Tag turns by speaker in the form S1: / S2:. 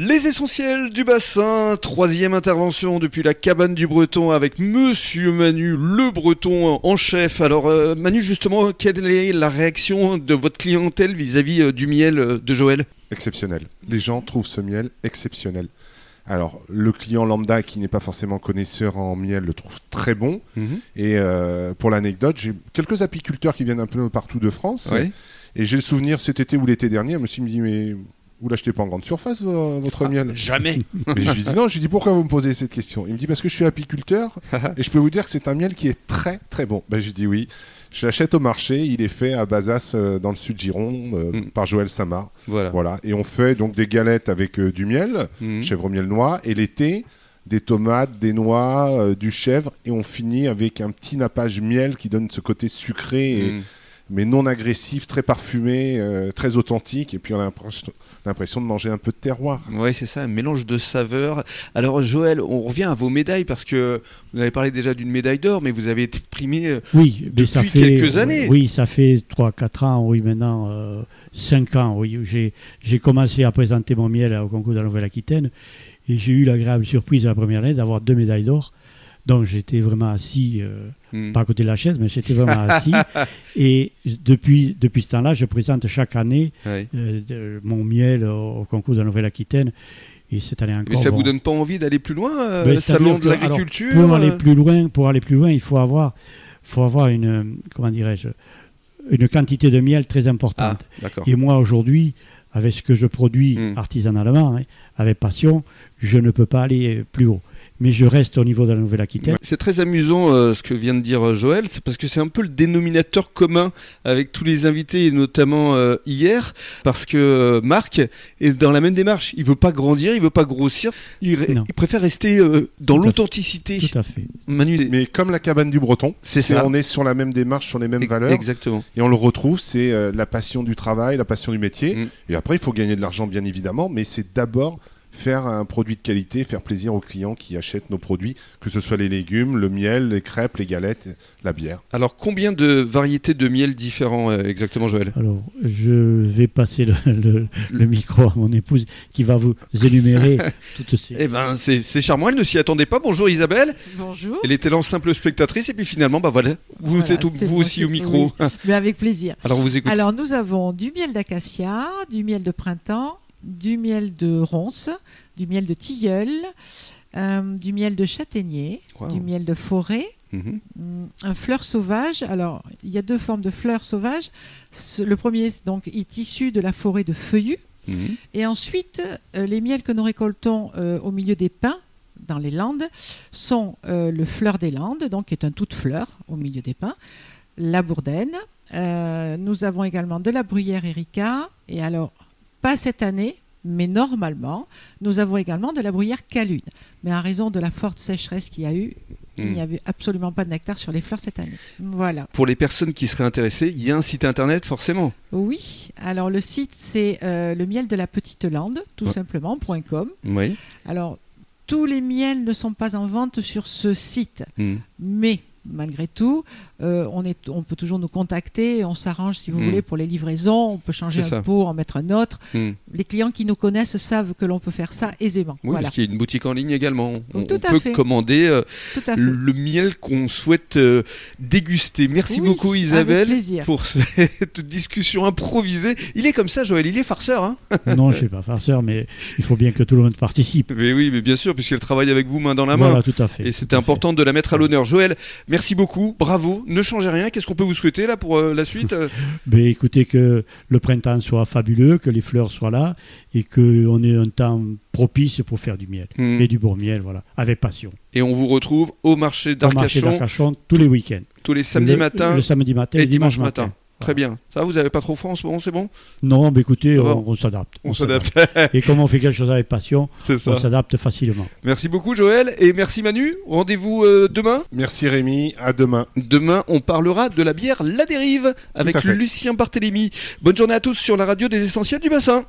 S1: Les essentiels du bassin, troisième intervention depuis la cabane du Breton avec Monsieur Manu, le Breton en chef. Alors euh, Manu, justement, quelle est la réaction de votre clientèle vis-à-vis euh, du miel euh, de Joël
S2: Exceptionnel. Les gens trouvent ce miel exceptionnel. Alors, le client lambda qui n'est pas forcément connaisseur en miel le trouve très bon.
S1: Mhm.
S2: Et euh, pour l'anecdote, j'ai quelques apiculteurs qui viennent un peu partout de France.
S1: Oui.
S2: Et j'ai le souvenir cet été ou l'été dernier, un monsieur me dit Mais vous l'achetez pas en grande surface, vo-
S1: Ah.
S2: votre miel
S1: Jamais.
S2: Mais je lui dis Non, je lui dis Pourquoi vous me posez cette question Il me dit Parce que je suis apiculteur et je peux vous dire que c'est un miel qui est très très bon. Ben, je lui dis Oui. Je l'achète au marché, il est fait à Bazas euh, dans le sud de Gironde euh,
S1: Mm.
S2: par Joël Samar.
S1: Voilà.
S2: Voilà. Et on fait donc des galettes avec euh, du miel,
S1: Mhm.
S2: chèvre au miel noix, et l'été, des tomates, des noix, euh, du chèvre, et on finit avec un petit nappage miel qui donne ce côté sucré, et-
S1: Mm.
S2: mais non agressif, très parfumé, euh, très authentique, et puis on a l'impres- l'impression de manger un peu de terroir.
S1: Ouais, c'est ça, un mélange de saveurs. Alors Joël, on revient à vos médailles parce que vous avez parlé déjà d'une médaille d'or, mais vous avez été primé. euh,
S3: Oui, mais ça
S1: Depuis
S3: fait
S1: quelques
S3: euh,
S1: années.
S3: Oui, ça fait 3 4 ans, oui, maintenant euh, 5 ans, oui, j'ai j'ai commencé à présenter mon miel au concours de la Nouvelle-Aquitaine et j'ai eu l'agréable surprise la première année d'avoir deux médailles d'or. Donc j'étais vraiment assis euh,
S1: mm.
S3: pas à côté de la chaise, mais j'étais vraiment assis et depuis depuis ce temps-là, je présente chaque année
S1: Ouais.
S3: euh, de- mon miel au, au concours de la Nouvelle-Aquitaine et cette année encore
S1: Mais ça
S3: bon,
S1: vous donne pas envie d'aller plus loin euh,
S3: Ben, c'est-à-dire
S1: Salon de
S3: que, alors,
S1: l'agriculture
S3: pour aller
S1: euh,
S3: plus loin, pour aller plus loin, il faut avoir, faut avoir une, euh, comment dirais-je, une quantité de miel très
S1: Ah,
S3: importante.
S1: d'accord.
S3: Et moi aujourd'hui, avec ce que je produis
S1: Hmm.
S3: artisanalement, hein, avec passion, je ne peux pas aller euh, plus haut. Mais je reste au niveau de la Nouvelle-Aquitaine.
S1: Ouais. C'est très amusant euh, ce que vient de dire euh, Joël, c'est parce que c'est un peu le dénominateur commun avec tous les invités, et notamment euh, hier, parce que euh, Marc est dans la même démarche. Il veut pas grandir, il veut pas grossir, il, re-
S3: Non.
S1: il préfère rester euh, dans
S3: Tout à fait.
S1: l'authenticité.
S3: Tout à fait.
S1: Manu, c'est-
S2: Mais comme la cabane du Breton,
S1: c'est
S2: c'est-
S1: ça.
S2: on est sur la même démarche, sur les mêmes
S1: E-
S2: valeurs,
S1: Exactement.
S2: et on le retrouve, c'est euh, la passion du travail, la passion du métier,
S1: Mhm.
S2: et après il faut gagner de l'argent bien évidemment, mais c'est d'abord faire un produit de qualité, faire plaisir aux clients qui achètent nos produits, que ce soit les légumes, le miel, les crêpes, les galettes, la bière.
S1: Alors combien de variétés de miel différents euh, exactement, Joël
S3: Alors, je vais passer le,
S1: Hmm.
S3: le- le micro à mon épouse qui va vous énumérer toutes ces.
S1: Eh ben, c'est c'est charmant. Elle ne s'y attendait pas. Bonjour Isabelle.
S4: Bonjour.
S1: Elle était là en simple spectatrice et puis finalement, bah voilà, vous
S4: Voilà,
S1: êtes au-
S4: c'est
S1: vous
S4: moi
S1: aussi
S4: qui-
S1: au micro.
S4: Mais avec plaisir.
S1: Alors on vous écoutez.
S4: Alors nous avons du miel d'acacia, du miel de printemps, du miel de ronce, du miel de tilleul, euh, du miel de châtaignier,
S1: Wow.
S4: du miel de forêt,
S1: Mhm.
S4: hum, un fleur sauvage. Alors il y a deux formes de fleurs sauvages. Ce- Le premier c'est donc est issu de la forêt de feuillus.
S1: Mhm.
S4: Et ensuite, euh, les miels que nous récoltons euh, au milieu des pins, dans les landes, sont euh, le fleur des landes, donc qui est un tout de fleur au milieu des pins, la bourdaine. Euh, nous avons également de la bruyère Erika. Et alors, pas cette année, mais normalement, nous avons également de la bruyère calune. Mais à raison de la forte sécheresse qu'il y a eu, il
S1: Mm.
S4: n'y avait absolument pas de nectar sur les fleurs cette année. Voilà.
S1: Pour les personnes qui seraient intéressées, il y a un site internet forcément.
S4: Oui, alors le site, c'est euh, le miel de la petite lande, tout
S1: Ouais.
S4: simplement, point com.
S1: Oui.
S4: Alors, tous les miels ne sont pas en vente sur ce site,
S1: Hmm.
S4: mais malgré tout, euh, on, est, on peut toujours nous contacter, on s'arrange si vous
S1: Mm.
S4: voulez pour les livraisons, on peut changer
S1: C'est ça.
S4: un pot, en mettre un autre.
S1: Mm.
S4: Les clients qui nous connaissent savent que l'on peut faire ça aisément.
S1: Oui,
S4: voilà,
S1: parce qu'il y a une boutique en ligne également. On,
S4: Tout
S1: on
S4: à
S1: peut
S4: fait.
S1: commander euh,
S4: tout à fait.
S1: le miel qu'on souhaite euh, déguster. Merci
S4: Oui,
S1: beaucoup
S4: avec
S1: Isabelle
S4: plaisir.
S1: pour cette discussion improvisée. Il est comme ça, Joël, il est farceur. Hein
S3: Non, je ne suis pas farceur, mais il faut bien que tout le monde participe.
S1: mais oui, mais bien sûr, puisqu'elle travaille avec vous main dans la main.
S3: Voilà, tout à fait.
S1: Et
S3: tout
S1: c'était
S3: à fait.
S1: important de la mettre à l'honneur. Joël, merci beaucoup, bravo, ne changez rien. Qu'est-ce qu'on peut vous souhaiter là pour euh, la suite euh
S3: Ben, écoutez, que le printemps soit fabuleux, que les fleurs soient là et qu'on ait un temps propice pour faire du miel.
S1: Mm.
S3: Et du bon miel, voilà, avec passion.
S1: Et on vous retrouve au marché
S3: Au
S1: d'Arcachon
S3: marché d'Arcachon tous les week-ends.
S1: tous les samedis
S3: Le-
S1: matins
S3: Le samedi matin
S1: et,
S3: et,
S1: dimanche matin. Très
S3: Voilà.
S1: bien. Ça, vous avez pas trop froid en ce moment, c'est bon
S3: Non, ben, écoutez,
S1: Ça
S3: on,
S1: va
S3: on s'adapte.
S1: Ah On s'adapte.
S3: et comme on fait quelque chose avec passion,
S1: C'est
S3: on
S1: ça.
S3: s'adapte facilement.
S1: Merci beaucoup Joël et merci Manu. Rendez-vous euh, demain.
S2: Merci Rémi, à demain.
S1: Demain, on parlera de la bière La Dérive avec
S2: à fait.
S1: Lucien Barthélémy. Bonne journée à tous sur la radio des essentiels du bassin.